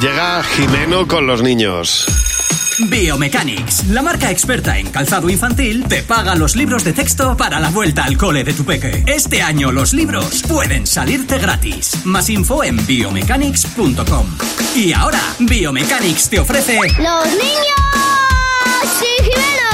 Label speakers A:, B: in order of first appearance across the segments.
A: Llega Jimeno con los niños.
B: Biomechanics, la marca experta en calzado infantil, te paga los libros de texto para la vuelta al cole de tu peque. Este año los libros pueden salirte gratis. Más info en biomechanics.com. Y ahora, Biomechanics te ofrece...
C: ¡Los niños! ¡Sí, Jimeno!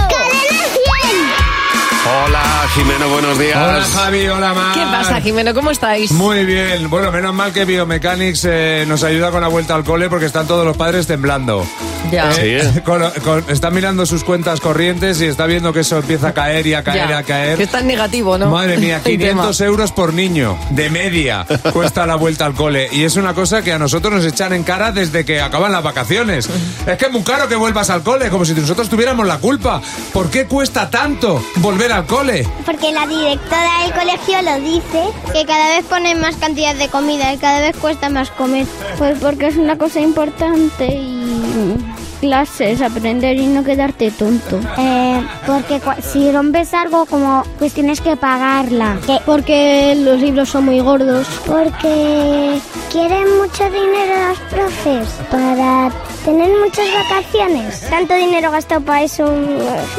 A: Hola Jimeno, buenos días.
D: Hola Javi, hola Mar.
E: ¿Qué pasa, Jimeno? ¿Cómo estáis?
D: Ah. Muy bien. Bueno, menos mal que Biomechanics eh, nos ayuda con la vuelta al cole porque están todos los padres temblando.
E: Ya.
D: Eh,
A: Sí.
D: con- con- están mirando sus cuentas corrientes y está viendo que eso empieza a caer y a caer y
E: Ya.
D: a caer.
E: Que es tan negativo, ¿no?
D: Madre mía,
E: El tema.
D: 500 euros por niño, de media, cuesta la vuelta al cole. Y es una cosa que a nosotros nos echan en cara desde que acaban las vacaciones. Es que es muy caro que vuelvas al cole, como si nosotros tuviéramos la culpa. ¿Por qué cuesta tanto volver al cole?
C: Porque la directora del colegio lo dice, que cada vez ponen más cantidad de comida y cada vez cuesta más comer.
F: Pues porque es una cosa importante y clases, aprender y no quedarte tonto.
C: Eh, porque cua- si rompes algo, como, pues tienes que pagarla.
F: Porque los libros son muy gordos.
C: Porque quieren mucho dinero los profes para tener muchas vacaciones. Tanto dinero gastado para eso,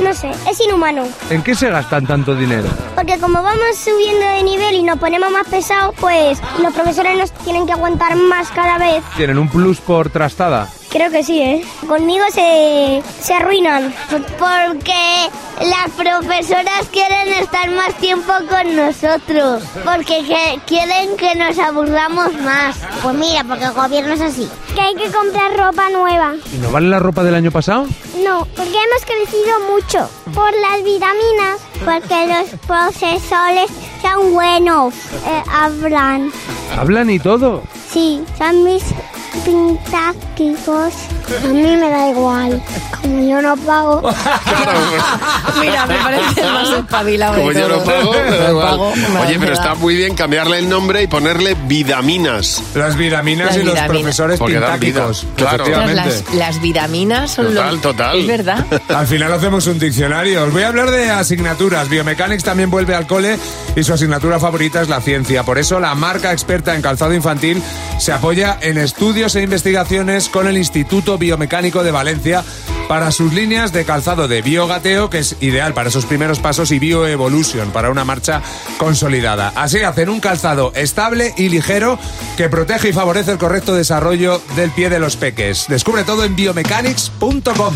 C: no sé, es inhumano.
D: ¿En qué se gastan tanto dinero?
C: Porque como vamos subiendo de nivel y nos ponemos más pesados, pues los profesores nos tienen que aguantar más cada vez.
D: ¿Tienen un plus por trastada?
C: Creo que sí, ¿eh? Conmigo se, se arruinan. Porque las profesoras quieren estar más tiempo con nosotros. Porque quieren que nos aburramos más. Pues mira, porque el gobierno es así. Que hay que comprar ropa nueva.
D: ¿Y no vale la ropa del año pasado?
C: No, porque hemos crecido mucho. Por las vitaminas. Porque los procesores son buenos. eh, hablan.
D: Hablan y todo.
C: Sí, son mis pintácticos. A mí me da igual. Como yo no pago.
E: Ah, Mira, me parece el más espabilado. de
A: Como yo no
E: todos.
A: pago, me da
E: No
A: igual.
E: pago, nada,
A: Oye, pero
E: nada.
A: está muy bien cambiarle el nombre y ponerle vitaminas.
D: Las vitaminas
E: Las
D: y los
E: vitaminas.
D: profesores
A: Porque dan
D: pintáquicos.
A: vida, claro.
E: Ostras,
D: efectivamente.
E: Las, las vitaminas son
A: Total,
E: lo...
A: total.
E: Es verdad.
D: Al final hacemos un diccionario. Os voy a hablar de asignaturas. Biomechanics también vuelve al cole y su asignatura favorita es la ciencia. Por eso la marca experta en calzado infantil se apoya en estudios e investigaciones con el Instituto Biomecánico de Valencia para sus líneas de calzado de biogateo, que es ideal para esos primeros pasos, y bioevolution, para una marcha consolidada. Así hacen un calzado estable y ligero que protege y favorece el correcto desarrollo del pie de los peques. Descubre todo en biomechanics.com.